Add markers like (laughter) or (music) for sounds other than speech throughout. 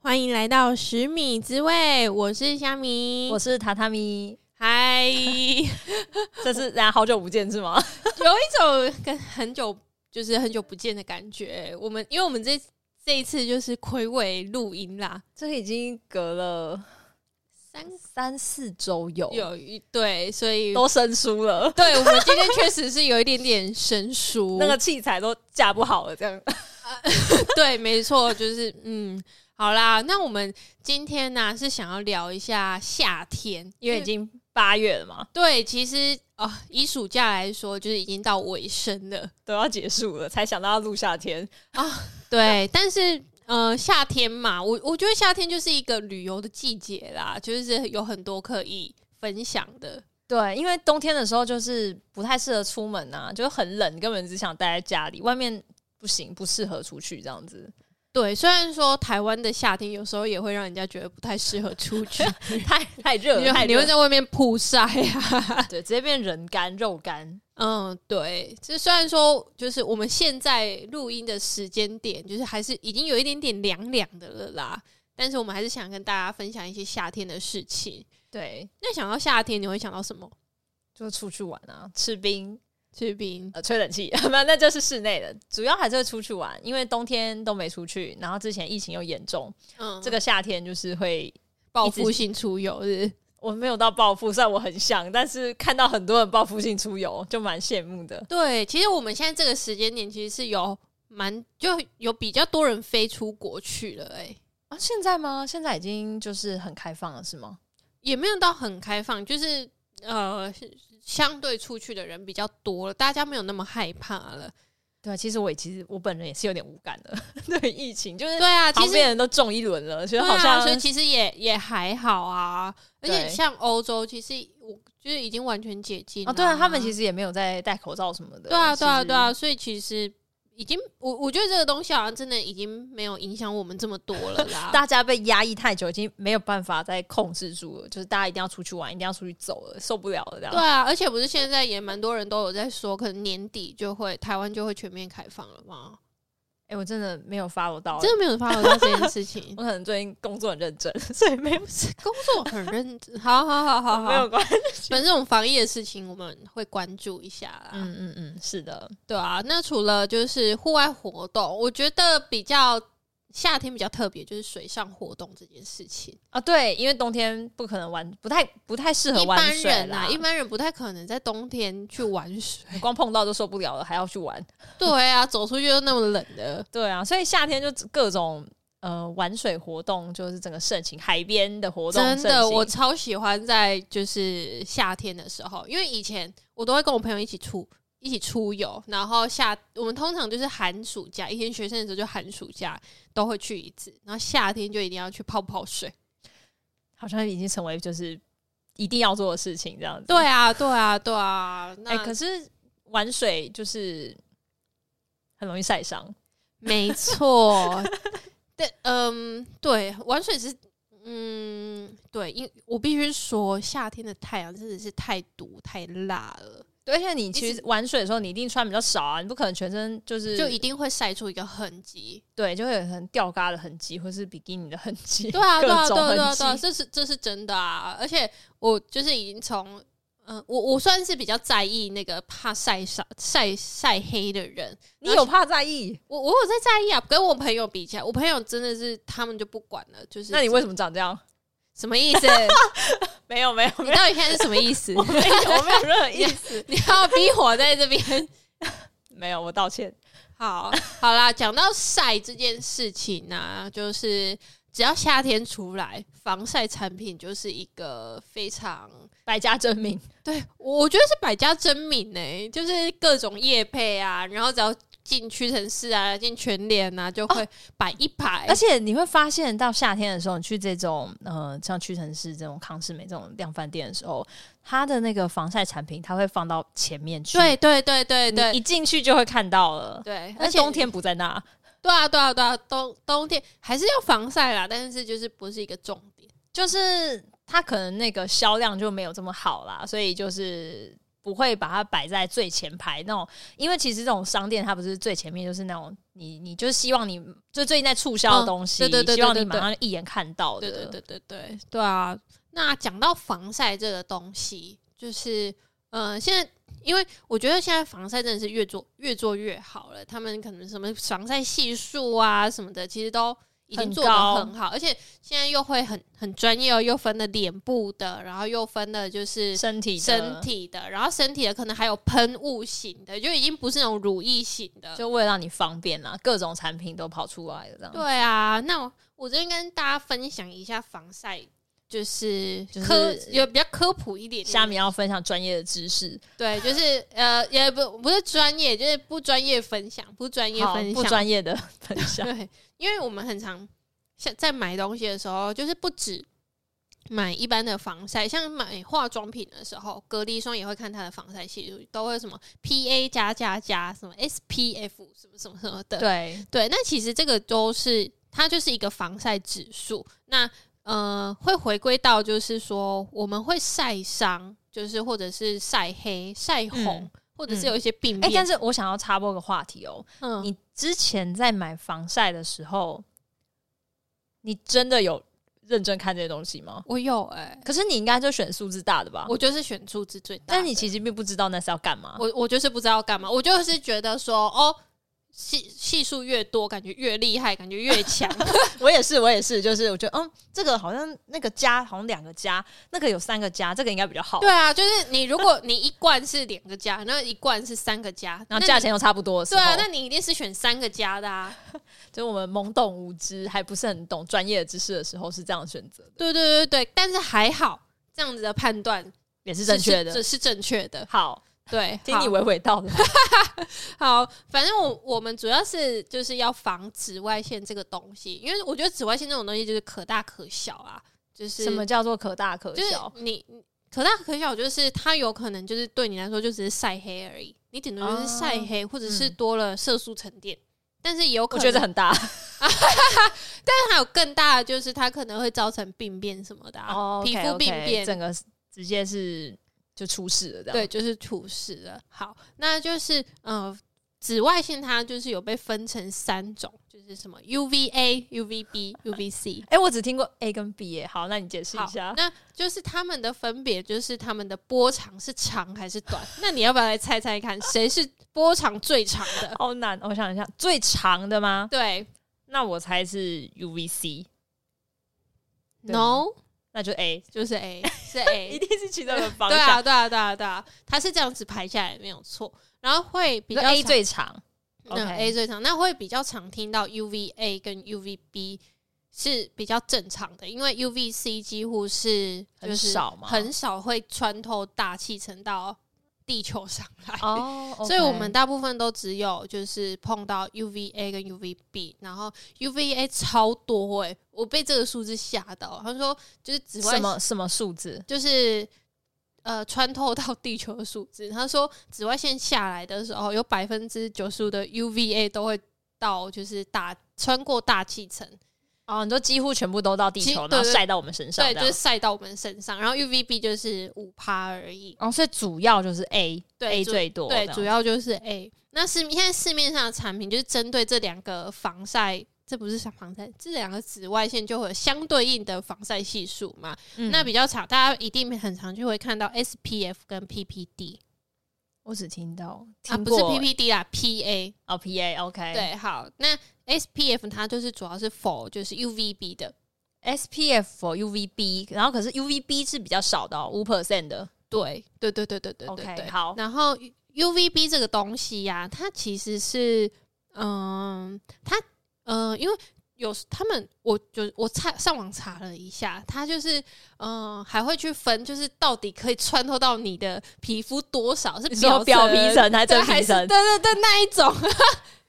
欢迎来到十米之味，我是虾米，我是榻榻米， (laughs) 嗨，有一这是大家好久不见是吗？种跟很久就是很久不见的感觉。我们因为我们这这一次就是魁违录音啦， (laughs) 这已经隔了三三四周有，有一对，所以都生疏了， (laughs) 对我们今天确实是有一点点生疏 (laughs) ，那个器材都架不好了，这样。 (laughs) 对，没错，就是嗯，好啦，那我们今天呢、是想要聊一下夏天，因为已经八月了嘛，对，其实哦，以暑假来说，就是已经到尾声了。都要结束了，才想到要录夏天。对，但是呃，夏天嘛，我我觉得夏天就是一个旅游的季节啦，就是有很多可以分享的。对，因为冬天的时候就是不太适合出门啊，就是很冷，根本只想待在家里，外面不行，不适合出去这样 (laughs) 子。对，虽然说台湾的夏天有时候也会让人家觉得不太适合出 (laughs) 去，太太热你了，会太你会热了，在外面曝晒啊。对，直接变人干肉干。嗯，对，这虽然说就是我们现在录音的时间点，就是还是已经有一点点凉凉的了啦，但是我们还是想跟大家分享一些夏天的事情。对，那想到夏天，你会想到什么？就出去玩啊，吃冰，去冰呃，吹冷气， (laughs) 没有，那就是室内的，主要还是会出去玩，因为冬天都没出去，然后之前疫情又严重，嗯，这个夏天就是会，报一直复性出游日，我没有到报复，虽然我很想，但是看到很多人报复性出游，就蛮羡慕的。对，其实我们现在这个时间点，其实是有蛮就有比较多人飞出国去了、欸，啊，现在吗？现在已经就是很开放了，是吗？也没有到很开放，就是呃，相对出去的人比较多了，大家没有那么害怕了。对，啊其实我也其实我本人也是有点无感的， (laughs) 对疫情就是对啊，其旁实边人都中一轮了，所以对好像、啊，所以其实也也还好啊。而且对像欧洲，其实我就是已经完全解禁了哦，对啊，他们其实实也没有在戴口罩什么的，对啊，对啊，其实对啊，所以其实。已经，我我觉得这个东西好像真的已经没有影响我们这么多了 (laughs) 啦。大家被压抑太久，已经没有办法再控制住了，就是大家一定要出去玩，一定要出去走了，受不了了这样。对啊，而且不是现在也蛮多人都有在说，可能年底就会台湾就会全面开放了吗？哎、我真的没有 follow 到、真的没有发 o 到这件事 (laughs) 情我，可能最近工作很认真，所以没有 (laughs) 工作很认 (laughs) 真。好好好好没有好，关系。反正这种防疫的事情我们会关注一下啦。嗯嗯嗯，是的，对啊，那除了就是户外活动，我觉得比较夏天比较特别就是水上活动这件事情。啊，对，因为冬天不可能玩，不太不太适合一玩般水人啦，啊，一般人不太可能在冬天去玩水。光碰到就受不了了，还要去玩。 (laughs) 对啊，走出去又那么冷的。对啊，所以夏天就各种呃玩水活动，就是整个盛情，海边的活动真盛的，行我超喜欢在就是夏天的时候，因为以前我都会跟我朋友一起出一起出游，然后夏我们通常就是寒暑假，以前学生的时候就寒暑假都会去一次，然后夏天就一定要去泡泡水。好像已经成为就是一定要做的事情这样子。对啊，对啊，对啊。那、哎、可是玩水就是很容易晒伤，没错， (laughs) 对，嗯，对，玩水是。嗯，对，因我必须说，夏天的太阳真的是太毒太辣了，对，而且你一其直实玩水的时候，你一定穿比较少啊，你不可能全身就是就一定会晒出一个痕迹。对，就会有很吊嘎的痕迹，或是比基尼的痕迹， (laughs) 对啊，各对啊，种对啊，对啊，痕迹对啊，这是这是真的啊！而且我就是已经从，嗯、我我算是比较在意那个怕晒伤、晒晒黑的人。你有怕在意？我我有在在意啊，跟我朋友比起来，我朋友真的是他们就不管了，就是那你为什么么长这样？什么意 (laughs) 思？没有，没有，你没有，到底现在是什么意思？ (laughs) 我没有，我没有任何意思， (laughs) 你要逼我在这边？没有，我道歉。好好啦，讲到晒这件事情呢、啊就是只要夏天出来，防晒产品就是一个非常百家争鸣，对，我我觉得是百家争鸣呢、就是各种业配啊，然后只要进屈臣氏啊，进全联啊，就会摆一排。哦而且你会发现，到夏天的时候，你去这种呃，像屈臣氏这种康士美这种量贩店的时候，它的那个防晒产品，它会放到前面去，对对对对你对一进去就会看到了。对，而但且冬天不在那，对啊对啊对啊，冬冬天还是要防晒啦，但是就是不是一个重点。就是它可能那个销量就没有这么好啦，所以就是。不会把它摆在最前排那种，因为其实这种商店它不是最前面，就是那种你你就是希望你就最近在促销嗯的东西，对对对希望对你对马上一眼看到对的，对对对对对啊！那讲到防晒这个东西，就是呃，现在因为我觉得现在防晒真的是越做越做越好了，他们可能什么防晒系数啊什么的，其实都已经很做的高很好，而且现在又会很很专业哦，又分了脸部的，然后又分了就是身体的身体的，然后身体的可能还有喷雾型的，就已经不是那种乳液型的，就为了让你方便啦，各种产品都跑出来了，这样对啊，那我我这边跟大家分享一下防晒，就是就是科有比较科普一点点。下面要分享专业的知识，对，就是呃，也不不是专业，就是不专业分享，不专业好分享，不专业的分享，对，因为我们很常像在买东西的时候，就是不止买一般的防晒，像买化妆品的时候，隔离霜也会看它的防晒系数，都会什么 PA 加加加，什么 SPF 什么什么什么的。 (laughs) (laughs) 对，对，那其实这个都是它就是一个防晒指数。那呃，会回归到就是说，我们会晒伤，就是或者是晒黑、晒红，嗯或者是嗯有一些病哎、变。但是我想要插播个话题哦、嗯，你之前在买防晒的时候，你真的有认真看这些东西吗？我有哎、可是你应该就选数字大的吧？我就是选数字最大的。但你其实并不知道那是要干嘛。我我就是不知道干嘛，我就是觉得说哦。系系数越多，感觉越厉害，感觉越 (laughs) 强。我也是，我也是，就是我觉得，嗯，这个好像那个加好像两个加，那个有三个加，这个应该比较好。对，啊，就是你如果你一罐是两个加，那一罐是三个加，然后那价你钱又差不多的时对候，啊，那你一定是选三个加的啊。就是我们懵懂无知，还不是很懂专业的知识的时候，是这样选择的，对对对对，但是还好，这样子的判断也是是正确的这。是正确的。好，对， (laughs) 听你好娓娓道来。好，反正我我们主要是就是要防紫外线这个东西，因为我觉得紫外线这种东西就是可大可小啊，就是什么叫做可大可就是小？你可大可小，就是它有可能就是对你来说就只是晒黑而已，你顶多就是晒黑，或者是哦嗯多了色素沉淀。但是也有可我能，觉得很大但还有更大的，就是它可能会造成病变什么的、啊哦皮 OK，肤病 OK，变整个直接是就出事了，这样对，就是土石了。好，那就是呃，紫外线它就是有被分成三种，就是什么 UVA、UVB、UVC。 (laughs) 哎、我只听过 A 跟 B 耶、好，那你解释好一下，。那就是它们的分别，就是它们的波长是长还是短？那你要不要来猜猜看，谁是波长最长的？好难，我想一下，最长的吗？对那我猜是 UVC，对，No，那就 A，就是 (laughs) A，是一 A。定是其中的方对向。啊，对啊，对啊，对啊，它是这样子排下来没有错。然后会比比较较 A 长最长，那 OK A 最常，那会比较常听到 UVA 跟 UVB 是比较正常的，因为 UVC 几乎是很就是少嘛很少会穿透大气层到地球上来。哦 (laughs) 所以，我们大部分都只有就是碰到 UVA 跟 UVB，然后 UVA 超多诶、我被这个数字吓到。他说，就是紫外什么什么数字？就是呃穿透到地球的数字。他说，紫外线下来的时候，有百分之九十五的 UVA 都会到，就是大穿过大气层，哦，你说几乎全部都到地其球，对然后对晒到我们身上，对，这就样是晒到我们身上。然后 UVB 就是五趴而已，哦，所以主要就是 A，对 A 主最多，对，这样主要就是 A。那市现在市面上的产品就是针对这两个防晒。这不是防晒，这两个紫外线就会有相对应的防晒系数嘛？嗯那比较常，大家一定很常就会看到 SPF 跟 PPD。我只听啊，到听不是过 PPD 啦，PA。哦 PA，OK，对，好，那 SPF 它就是主要是否就是 UVB 的， SPF for UVB，然后可是 UVB 是比较少的、哦，五 percent 的。对，对对对对对对 OK，对。好然后 UVB 这个东西呀、它其实是，嗯，它，嗯、因为有他们，我就我查上网查了一下，它就是，嗯、还会去分，就是到底可以穿透到你的皮肤多少，是你说表皮层还对是真还皮是对层？对对那一种，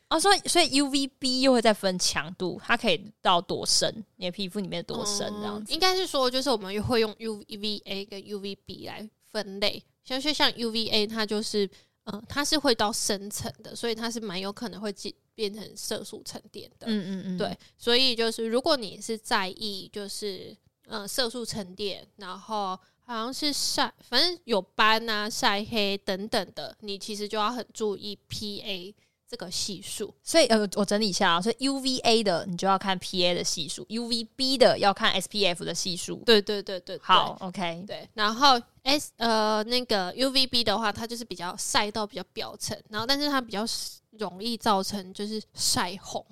哦，所以所以 UVB 又会再分强度，它可以到多深，你的皮肤里面多深这样嗯子。应该是说，就是我们又会用 UVA 跟 UVB 来分类，像是像 UVA 它就是呃，它是会到深层的，所以它是蛮有可能会进变成色素沉淀的。嗯嗯嗯，对，所以就是如果你是在意就是呃色素沉淀，然后好像是晒，反正有斑啊、晒黑等等的，你其实就要很注意 PA 这个系数。所以呃，我整理一下啊，所以 UVA 的你就要看 PA 的系数，UVB 的要看 SPF 的系数。对对对对，对好，OK，对，然后 S 呃那个 UVB 的话，它就是比较晒到比较表层，然后但是它比较容易造成就是晒红，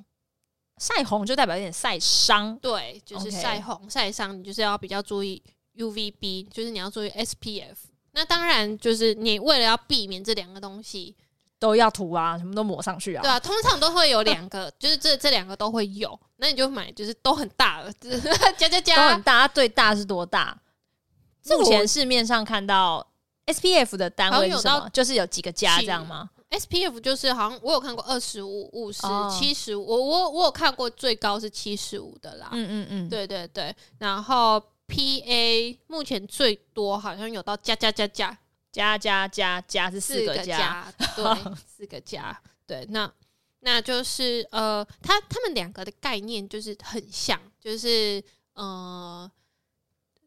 晒红就代表有点晒伤，对，就是 OK 晒红晒伤，你就是要比较注意 UVB，就是你要注意 SPF。那当然，就是你为了要避免这两个东西，都要涂啊，全部都抹上去啊。对啊，通常都会有两个， (laughs) 就是这这两个都会有，那你就买就是都很大了， (laughs) 就是加加都加很，大，它最大是多大？这目我前市面上看到 SPF 的单位是好什像有么？就是有几个加七这样吗？ SPF 就是好像我有看过二十五、五十、哦七十五，我我我有看过最高是七十五的啦。嗯嗯嗯，，对对对，然后 PA 目前最多好像有到加加加加加加加加是四个加，加， (laughs) 对，四个加，对，那那就是呃，它他们两个的概念就是很像，就是呃，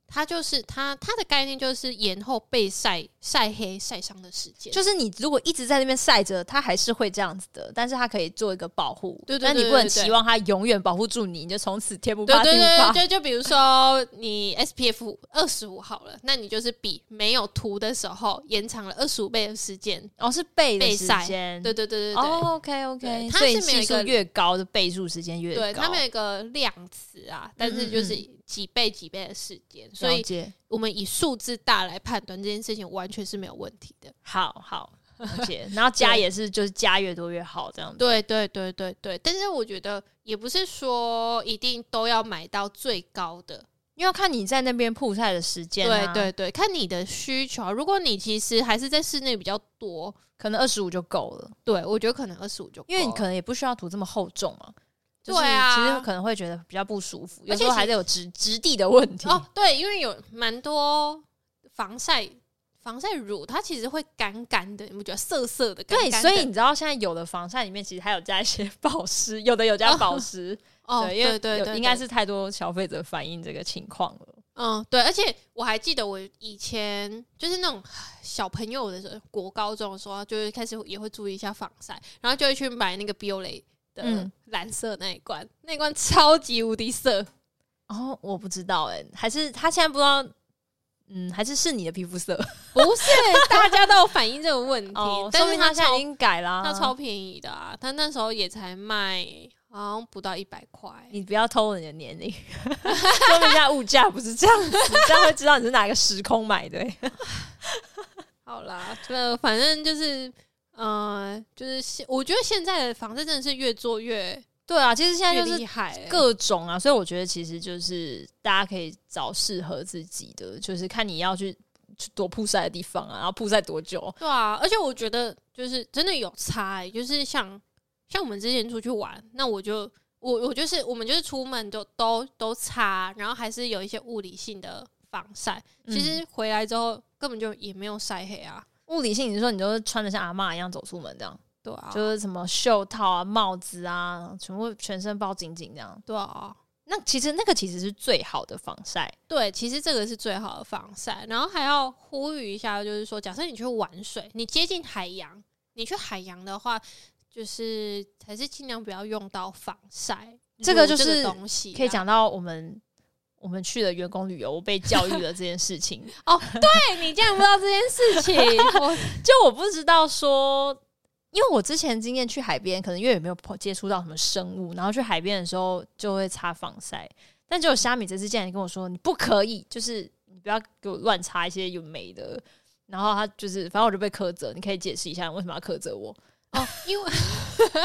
它就是它它的概念就是延后被晒晒黑晒伤的时间，就是你如果一直在那边晒着，它还是会这样子的，但是它可以做一个保护。对对但你对不能对对期望它永远保护住你，你就从此天不对怕地对不对，怕。就就比如说你 SPF 二十五好了，那你就是比没有涂的时候延长了二十五倍的时间。哦，是背的被时晒间，对对对对对，哦，OK 对 OK，它所以是没有系一数个越高的倍数时间越高，对，他们有一个量词啊，但是就是嗯几倍几倍的时间，所了以 (laughs) 解。我们以数字大来判断这件事情完全是没有问题的。好好，了解。然后加对也是就是加越多越好这样子。对对对对对，但是我觉得也不是说一定都要买到最高的，因为要看你在那边曝晒的时间、啊，对，对对，看你的需求啊。如果你其实还是在室内比较多，可能二十五就够了，对我觉得可能二十五就够因为你了可能也不需要涂这么厚重嘛。就是对啊其实可能会觉得比较不舒服，而且有时候其还是有质质地的问题。哦，对，因为有蛮多防晒防晒乳，它其实会干干的，你不觉得涩涩的？对干，干所的以你知道现在有的防晒里面其实还有加一些 (laughs) 保湿，有的有加保湿，哦，对，因为对对有对，应该对是太多消费者反映这个情况了。嗯，对，而且我还记得我以前就是那种小朋友的时候，国高中的时候，就是开始也会注意一下防晒，然后就会去买那个 Biolay 的嗯蓝色那一罐，那一罐超级无敌色，哦，我不知道哎、还是他现在不知道，嗯，还是是你的皮肤色 (laughs) 不 (laughs) 是大家都有反映这个问题，但说是明它哦他现在超已经改啦、它超便宜的啊，它那时候也才卖好像不到一百块，你不要透露你的年龄， (laughs) 说明一下物价不是这 (laughs) 样子，这样会知道你是哪个时空买的、欸好啦，这反正就是。呃，就是现我觉得现在的防晒真的是越做越对啊，其实现越在就厉是害、欸，各种啊，所以我觉得其实就是大家可以找适合自己的，就是看你要去去多曝晒的地方啊，然后曝晒多久。对啊，而且我觉得就是真的有差、欸，就是像像我们之前出去玩，那我就我我就是我们就是出门就都都擦，然后还是有一些物理性的防晒。其嗯实回来之后根本就也没有晒黑啊，物理性，你说你就是穿的像阿嬷一样走出门，这样、对啊，就是什么袖套啊、帽子啊，全部全身包紧紧这样。对啊，那其实那个其实是最好的防晒，对，其实这个是最好的防晒。然后还要呼吁一下，就是说，假设你去玩水，你接近海洋，你去海洋的话，就是还是尽量不要用到防晒。这个乳就是东西可以啊讲到我们我们去的员工旅游，我被教育了这件事情。哦，对你竟然不知道这件事情，我就我不知道说，因为我之前经验去海边，可能因为也没有碰接触到什么生物，然后去海边的时候就会擦防晒，但只有虾米这次竟然跟我说你不可以，就是你不要给我乱擦一些有没的。然后他就是，反正我就被苛责，你可以解释一下你为什么要苛责我？哦，因为哇，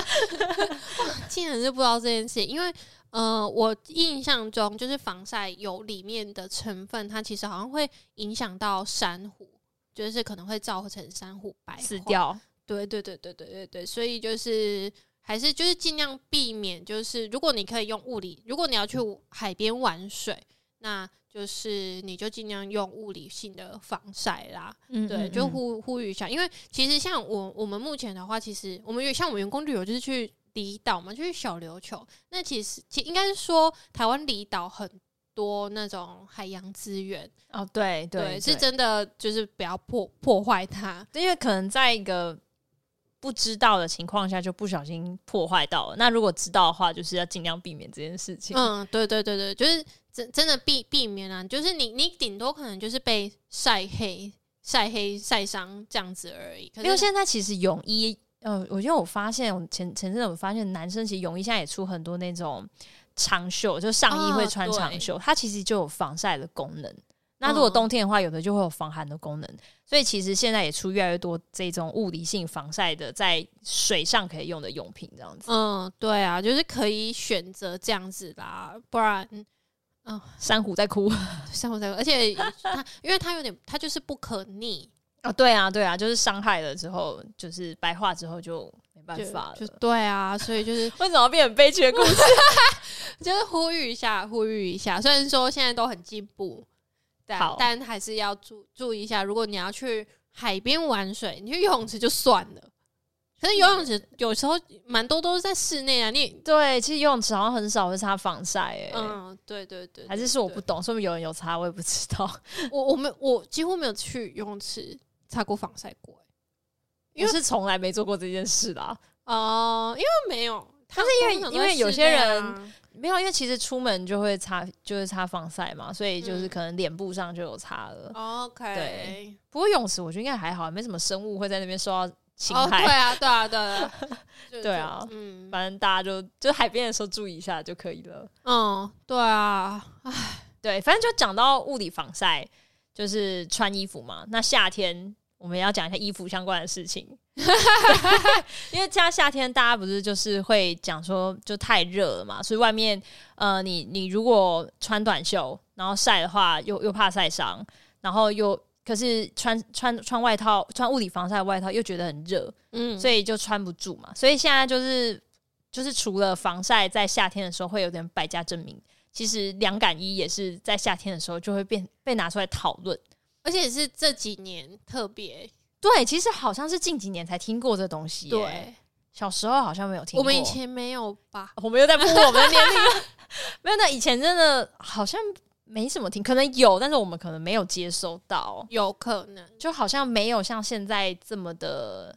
竟然是不知道这件事，因为呃，我印象中就是防晒油里面的成分，它其实好像会影响到珊瑚，就是可能会造成珊瑚白死化。掉，对对对对对对对，所以就是还是就是尽量避免，就是如果你可以用物理，如果你要去海边玩水，那就是你就尽量用物理性的防晒啦。嗯对，就呼呼吁一下，因为其实像我我们目前的话，其实我们有像我们员工旅游就是去离岛嘛，就是小琉球。那其实其应该是说台湾离岛很多那种海洋资源，哦，对对，是对真的就是不要破破坏它。因为可能在一个不知道的情况下就不小心破坏到了。那如果知道的话，就是要尽量避免这件事情。嗯，对对对对，就是真真的避避免啊，就是你你顶多可能就是被晒黑、晒黑、晒伤这样子而已。可因为是现在其实泳衣，呃，我因为我发现，我前前阵子我发现男生其实泳衣现在也出很多那种长袖，就上衣哦会穿长对袖，它其实就有防晒的功能。那如果嗯冬天的话，有的就会有防寒的功能，所以其实现在也出越来越多这种物理性防晒的在水上可以用的用品，这样子。嗯，对啊，就是可以选择这样子啦，不然珊瑚在哭 (laughs) 生活在，而且它因为它有点，它就是不可逆， (laughs) 哦，对啊，对啊，就是伤害了之后，就是白化之后就没办法了。就就对啊，所以就是为什么要变成悲剧的故事？ (laughs) 就是呼吁一下，呼吁一下。虽然说现在都很进步，但好但还是要注注意一下。如果你要去海边玩水，你去游泳池就算了。可是游泳池有时候蛮多都是在室内啊，你 (laughs) 对，其实游泳池好像很少会擦防晒、欸，嗯，对对对，还是对是我不对懂，说明有人有擦，我也不知道。我我没有我几乎没有去游泳池擦过防晒过、欸因 (laughs) 因为为是从来没做过这件事啦。哦、因为没有，他但是因为因为有些啊人、没有，因为其实出门就会擦，就是擦防晒嘛，所以就是嗯可能脸部上就有擦了。哦 OK，不过泳池我觉得应该还好，没什么生物会在那边受到侵哦，对害。啊，对啊，对 (laughs) 啊，就对啊就嗯，反正大家就就海边的时候注意一下就可以了。嗯，对啊，对，反正就讲到物理防晒，就是穿衣服嘛。那夏天我们要讲一下衣服相关的事情， (laughs) 因为像夏天大家不是就是会讲说就太热了嘛，所以外面呃，你你如果穿短袖，然后晒的话又又怕晒伤，然后又可是穿穿穿外套，穿物理防晒的外套又觉得很热，嗯，所以就穿不住嘛。所以现在就是就是除了防晒，在夏天的时候会有点百家争鸣。其实凉感衣也是在夏天的时候就会变被拿出来讨论。而且是这几年特别对，其实好像是近几年才听过这东西耶、对，小时候好像没有听过。我们以前没有吧？ (laughs) 我们又在铺我们的年龄， (laughs) 没有。那以前真的好像没什么听，可能有，但是我们可能没有接收到，有可能，就好像没有像现在这么的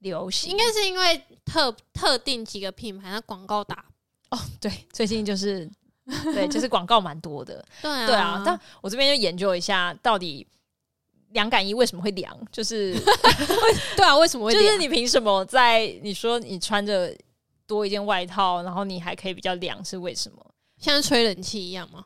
流行。应该是因为特特定几个品牌的广告打，哦对，最近就是对，就是广告蛮多的。对啊，对啊，但我这边就研究一下，到底凉感衣为什么会凉？就是 (laughs) 对啊，为什么会就这是样？你凭什么在你说你穿着多一件外套，然后你还可以比较凉，是为什么？像吹冷气一样吗？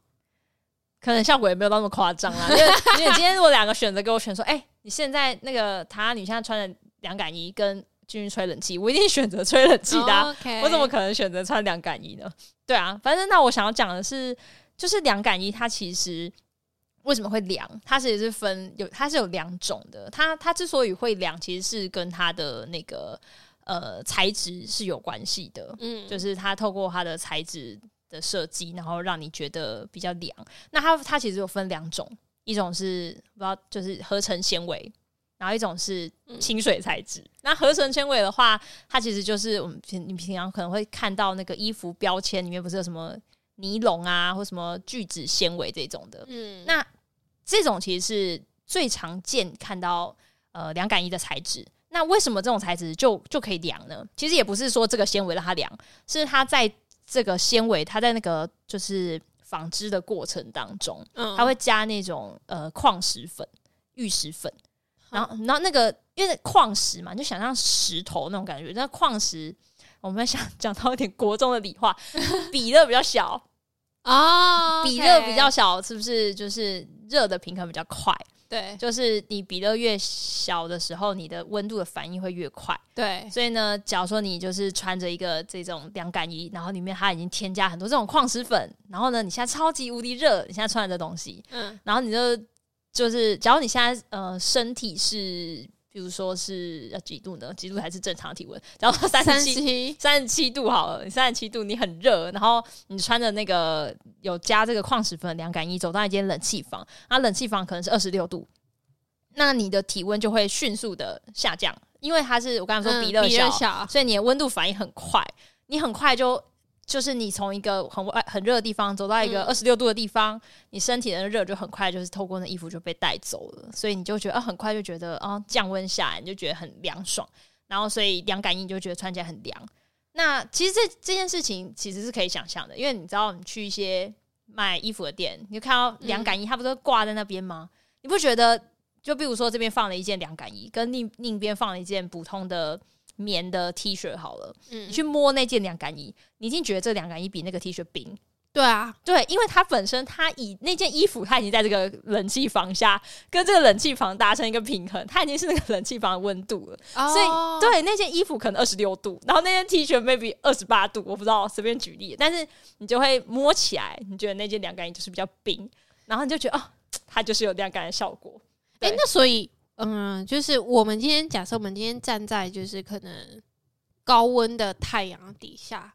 可能效果也没有到那么夸张啊 (laughs) 啦。因为因为今天如果两个选择给我选说，哎、你现在那个塔，你现在穿的凉感衣跟进去吹冷气，我一定选择吹冷气的啊、 o k 我怎么可能选择穿凉感衣呢？对啊，反正那我想要讲的是，就是凉感衣它其实为什么会凉？它其实是分有，它是有两种的。它它之所以会凉，其实是跟它的那个呃材质是有关系的。嗯，就是是它透过它的材质的设计，然后让你觉得比较凉。那它它其实有分两种，一种是不知道就是合成纤维，然后一种是清水材质。那合成纤维的话，它其实就是我们平你平常可能会看到那个衣服标签里面不是有什么尼龙啊，或什么聚酯纤维这种的。嗯，那这种其实是最常见看到呃凉感衣的材质。那为什么这种材质就就可以凉呢？其实也不是说这个纤维让它凉，是它在这个纤维，它在那个就是纺织的过程当中，嗯它会加那种呃矿石粉、玉石粉，然后然后那个因为矿石嘛，你就想象石头那种感觉，那矿石。我们想讲到一点国中的理化， (laughs) 比热比较小，哦，比 OK 热比较小，是不是就是热的平衡比较快？对就是你比热越小的时候，你的温度的反应会越快。对，所以呢，假如说你就是穿着一个这种凉感衣，然后里面它已经添加很多这种矿石粉，然后呢，你现在超级无敌热，你现在穿的这东西，嗯然后你就就是，假如你现在呃身体是，比如说是要几度呢？几度才是正常体温？然后三十七七，三十七度好了，你三十七度，你很热，然后你穿着那个有加这个矿石粉的凉感衣，走到一间冷气房，那冷气房可能是二十六度，那你的体温就会迅速的下降，因为它是我刚才说嗯比热比小，小，所以你的温度反应很快，你很快就就是你从一个很外很热的地方走到一个嗯二十六度的地方，你身体的热就很快就是透过那衣服就被带走了，所以你就觉得啊，很快就觉得啊降温下来，你就觉得很凉爽，然后所以凉感衣你就觉得穿起来很凉。那其实这这件事情其实是可以想象的，因为你知道你去一些卖衣服的店，你就看到凉感衣，它不都挂在那边吗？你不觉得？就比如说这边放了一件凉感衣，跟另另一边放了一件普通的棉的 T 恤好了，嗯你，去摸那件凉感衣，你一定觉得这凉感衣比那个 T 恤冰。对啊，对，因为它本身它以那件衣服，它已经在这个冷气房下跟这个冷气房达成一个平衡，它已经是那个冷气房的温度了。所以哦，对，那件衣服可能二十六度，然后那件 T 恤 maybe 二十八度，我不知道，随便举例。但是你就会摸起来，你觉得那件凉感衣就是比较冰，然后你就觉得哦，它就是有凉感的效果。哎、对那所以，嗯，就是我们今天假设我们今天站在就是可能高温的太阳底下，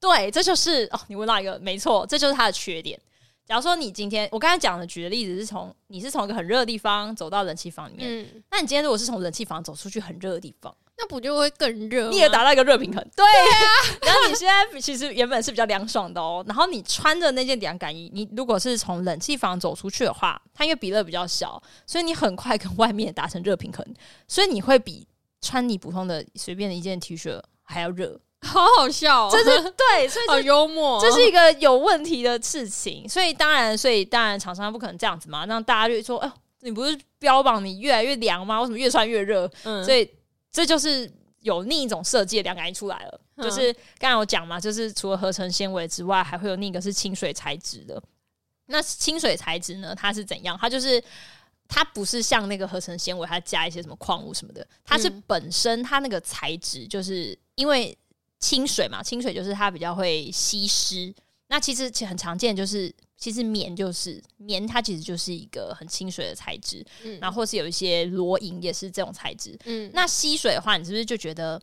对，这就是哦，你问到一个没错，这就是它的缺点。假如说你今天我刚才讲的举的例子是从你是从一个很热的地方走到冷气房里面，嗯，那你今天如果是从冷气房走出去很热的地方，那不就会更热吗？你也达到一个热平衡，嗯对。啊然后你现在其实原本是比较凉爽的哦，然后你穿着那件凉感衣，你如果是从冷气房走出去的话，它因为比热比较小，所以你很快跟外面达成热平衡，所以你会比穿你普通的随便的一件 T 恤还要热。好好笑、哦，这是对，所以这好幽默、哦这是一个有问题的事情，所以当然，所以当然，厂商不可能这样子嘛，让大家就说，哎、呦，你不是标榜你越来越凉吗？为什么越穿越热？嗯所以这就是有另一种设计的凉感衣出来了，嗯就是刚才我讲嘛，就是除了合成纤维之外，还会有另一个是清水材质的。那清水材质呢，它是怎样？它就是它不是像那个合成纤维，它加一些什么矿物什么的，它是嗯本身它那个材质，就是因为清水嘛，清水就是它比较会吸湿。那其实其实很常见，就是其实棉就是棉，它其实就是一个很清水的材质，嗯然后或是有一些罗银也是这种材质。嗯那吸水的话，你是不是就觉得，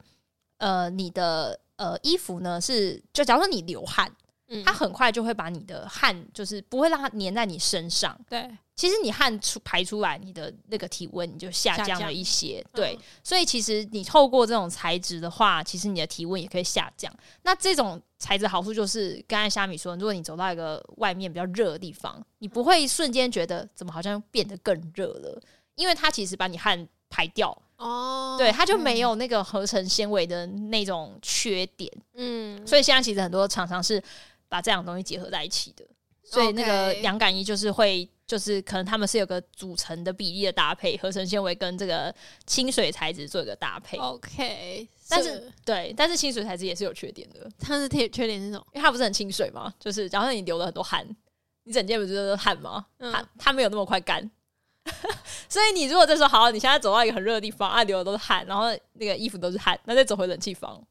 呃，你的呃衣服呢是就假如说你流汗，嗯它很快就会把你的汗就是不会让它粘在你身上。对其实你汗出排出来，你的那个体温你就下下降了降嗯一些，对。，所以其实你透过这种材质的话，其实你的体温也可以下降。那这种材质好处就是，刚才虾米说，如果你走到一个外面比较热的地方，你不会瞬间觉得怎么好像变得更热了，因为它其实把你汗排掉，嗯哦，对，它就没有那个合成纤维的那种缺点。嗯，所以现在其实很多厂商是把这两个东西结合在一起的，所以那个 OK 凉感衣就是会。就是可能他们是有个组成的比例的搭配，合成纤维跟这个清水材质做一个搭配。哦 OK，但是对，但是清水材质也是有缺点的，它是缺缺点是什么？因为它不是很清水嘛，就是然后你流了很多汗，你整件不是都是汗吗？嗯它它没有那么快干， (laughs) 所以你如果这时候好，你现在走到一个很热的地方，啊，流的都是汗，然后那个衣服都是汗，那再走回冷气房，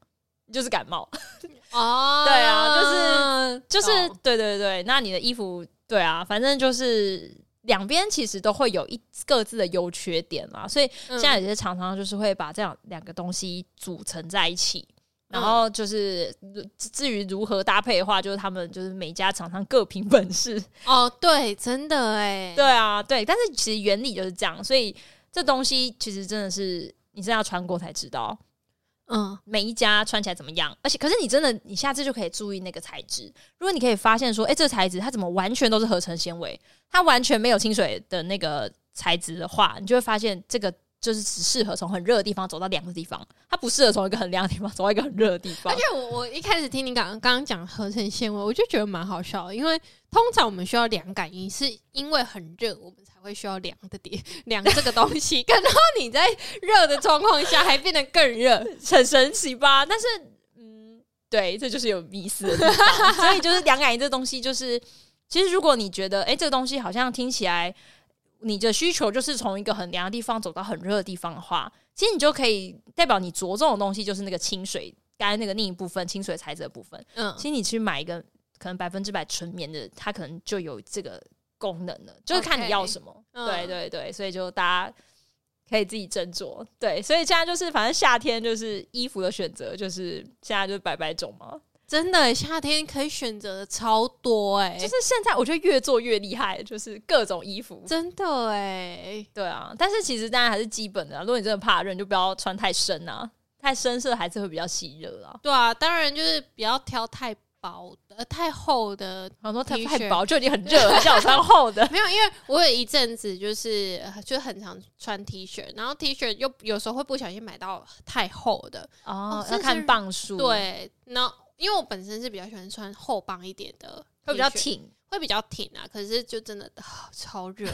你就是感冒， (laughs) 哦，对啊就是就是、对对对，那你的衣服对啊，反正就是。两边其实都会有一各自的优缺点啦，所以现嗯在有些厂商就是会把这样两个东西组成在一起，然后就是如至于如何搭配的话，就是他们就是每家厂商各凭本事。哦，对，真的哎，对啊，对，但是其实原理就是这样，所以这东西其实真的是你真的要穿过才知道嗯，每一家穿起来怎么样。而且，可是你真的你下次就可以注意那个材质，如果你可以发现说，哎、这个材质它怎么完全都是合成纤维，它完全没有清水的那个材质的话，你就会发现这个。就是只适合从很热的地方走到凉的地方，它不适合从一个很凉的地方走到一个很热的地方而。且我我一开始听你刚刚刚刚讲合成纤维，我就觉得蛮好笑的，因为通常我们需要凉感衣，是因为很热，我们才会需要凉的 (laughs) 点凉这个东西。可然后你在热的状况下还变得更热，很神奇吧？但是，嗯，对，这就是有迷思的地方。所以就是凉感衣这东西，就是其实如果你觉得，哎、这个东西好像听起来你的需求就是从一个很凉的地方走到很热的地方的话，其实你就可以代表你着重的东西就是那个清水，刚才那个另一部分清水材质的部分。嗯其实你去买一个可能百分之百纯棉的，它可能就有这个功能了，就是看你 OK 要什么。嗯对对对，所以就大家可以自己斟酌。对，所以现在就是反正夏天就是衣服的选择，就是现在就是百百种嘛。真的夏天可以选择的超多哎、就是现在我觉得越做越厉害，就是各种衣服。真的哎、对啊，但是其实当然还是基本的、啊，如果你真的怕热，你就不要穿太深啊，太深色还是会比较吸热啊。对啊，当然就是不要挑太薄的、呃太厚的然后说太 T 太恤。薄就已经很热了，还叫我穿厚的没有，因为我有一阵子就是呃就很常穿 T 恤，然后 T 恤又有时候会不小心买到太厚的，哦哦，要是是看磅数，，对，然后因为我本身是比较喜欢穿厚棒一点的，会比较，挺。会比较挺啊，可是就真的、啊超热，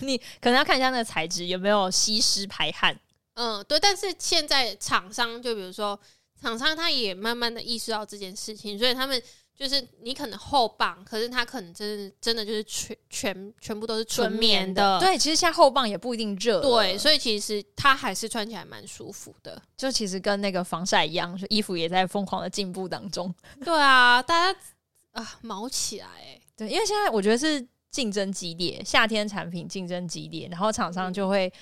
你可能要看一下那个材质有没有吸湿排汗。嗯，对，但是现在厂商就比如说厂商他也慢慢的意识到这件事情，所以他们就是你可能厚棒，可是他可能真的真的就是全全全部都是纯棉的，对，其实现在厚棒也不一定热了，对，所以其实它还是穿起来蛮舒服的。就其实跟那个防晒一样，就衣服也在疯狂的进步当中。 (laughs) 对啊，大家啊毛起来、欸，对，因为现在我觉得是竞争激烈，夏天产品竞争激烈，然后厂嗯商就会。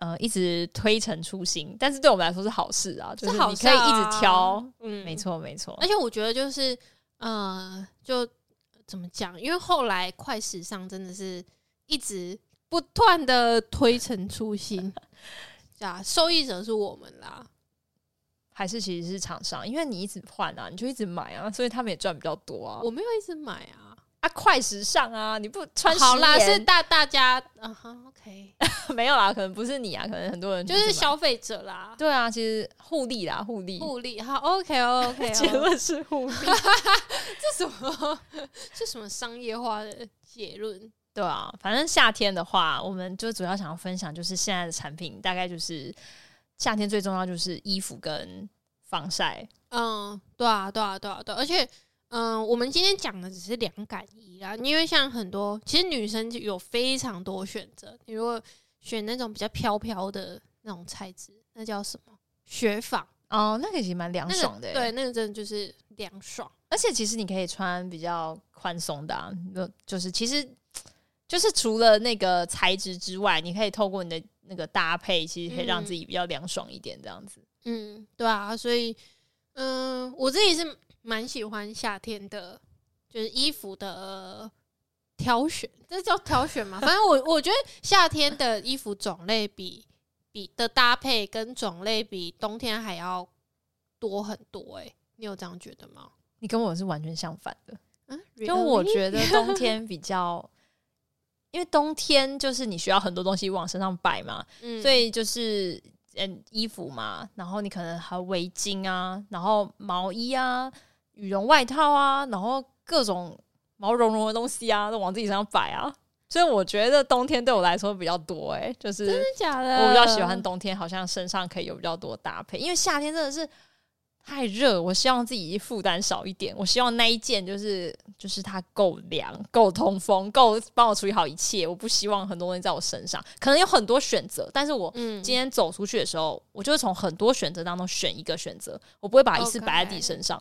呃，一直推陈出新，但是对我们来说是好事啊，就是是好你事可以啊一直挑，嗯，没。错没错而，且我觉得就是，呃，就怎么讲？因为后来快时尚真的是一直不断的推陈出 (laughs) 新，对啊，受益者是我们啦。还是其实是厂商，因为你一直换啊，你就一直买啊，所以他们也赚比较多啊。我没有一直买啊，啊，快时尚啊，你不穿好啦，十年是大大家，嗯哼，OK， (laughs) 没有啦，可能不是你啊，可能很多人就是小消费者啦，对啊，其实互利啦，互啊利，互利，好，OK，OK， (laughs) 哦结论是互利，这什么？ (laughs) 这什么商业化的结论？ (laughs) 对啊。反正夏天的话，我们就主要想要分享就是现在的产品，大概就是夏天最重要就是衣服跟防晒，嗯，对啊，对啊，对啊，对啊而且，嗯，我们今天讲的只是凉感衣啦，因为像很多其实女生就有非常多选择，你如果选那种比较飘飘的那种材质，那叫什么？雪纺，哦，那个其实蛮凉那爽个的、欸对，那个真的就是凉爽。而且其实你可以穿比较宽松的、啊，就就是其实就是除了那个材质之外，你可以透过你的那个搭配，其实可以让嗯自己比较凉爽一点，这样子。嗯，对啊，所以，嗯，我自己是蛮喜欢夏天的，就是衣服的挑选，这叫挑选嘛？反正我我觉得夏天的衣服种类比比的搭配跟种类比冬天还要多很多、欸。你有这样觉得吗？你跟我是完全相反的。嗯，啊就我得觉得冬 (laughs) 天比较，因为冬天就是你需要很多东西往身上摆嘛，，嗯所以就是嗯衣服嘛，然后你可能还有围巾啊，然后毛衣啊、羽绒外套啊，然后各种毛茸茸的东西啊，都往自己身上摆啊。所以我觉得冬天对我来说比较多哎、就是真的假的？我比较喜欢冬天，好像身上可以有比较多搭配，因为夏天真的是太热，我希望自己负担少一点。我希望那一件就是就是它够凉、够通风、够帮我处理好一切。我不希望很多东西在我身上，可能有很多选择，但是我嗯，今天走出去的时候，我就会从很多选择当中选一个选择，我不会把一次 OK 摆在自己身上。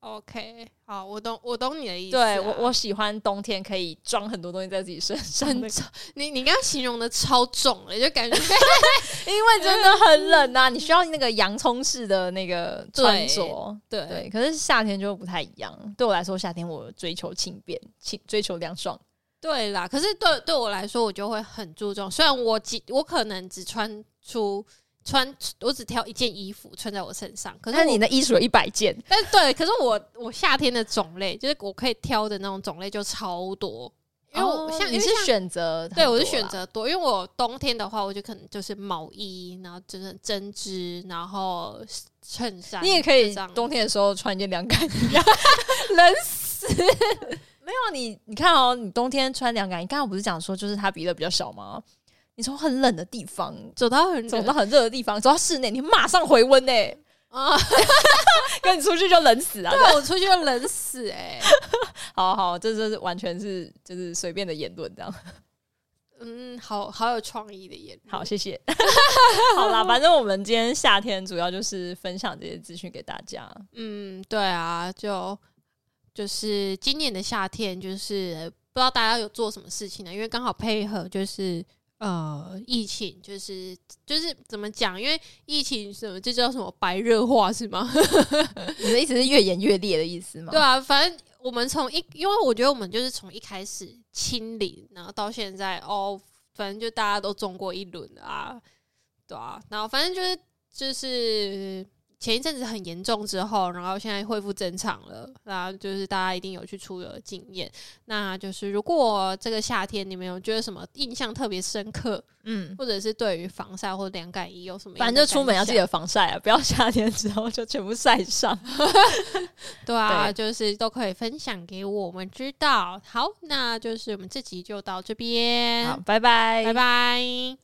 OK，好，我懂，我懂你的意思啊、对我，我喜欢冬天可以装很多东西在自己身上，很重，你你刚刚形容的超重了，就感觉因为真的很冷啊，你需要那个洋葱式的那个穿着。对 (laughs) 对，可是夏天就不太一样。对我来说，夏天我追求轻便，轻追求凉爽。对啦，可是对对我来说，我就会很注重。虽然我几我可能只穿出穿，我只挑一件衣服穿在我身上，可是那我你的衣橱有一百件，但是对，可是我我夏天的种类，就是我可以挑的那种种类就超多，因为我、哦像你因为是像选择很多啦，对我是选择多，因为我冬天的话，我就可能就是毛衣，然后就是针织，然后衬衫，你也可以就这样冬天的时候穿一件凉感衣 (laughs) 啊，冷死！ (laughs) 没有你，你看哦，你冬天穿凉感衣，刚刚我不是讲说就是它比热比较小吗？你从很冷的地方走到很走冷到很热的地方，走到室内，你马上回温呢、欸 (laughs) 啊，跟你出去就冷死啊！对我出去就冷死哎、好好，这就是完全是就是随便的言论这样。嗯，好好有创意的耶，好，谢谢。 (laughs) 好啦，反正我们今天夏天主要就是分享这些资讯给大家。嗯，对啊，就就是今年的夏天，就是不知道大家有做什么事情呢？因为刚好配合就是呃疫情，就是就是怎么讲？因为疫情什么这叫什么白热化是吗？你的意思是越演越烈的意思吗？对啊，反正我们从一，因为我觉得我们就是从一开始清零，然后到现在哦，反正就大家都中过一轮了啊，对啊，然后反正就是就是前一阵子很严重之后，然后现在恢复正常了，那就是大家一定有去出游的经验。那就是如果这个夏天你们有觉得什么印象特别深刻，嗯，或者是对于防晒或凉感衣有什么，反正就出门要记。得防晒啊，不要夏天之后就全部晒伤。对啊，对就是都可以分享给我们知道。好，那就是我们这集就到这边好，，拜拜，拜。拜。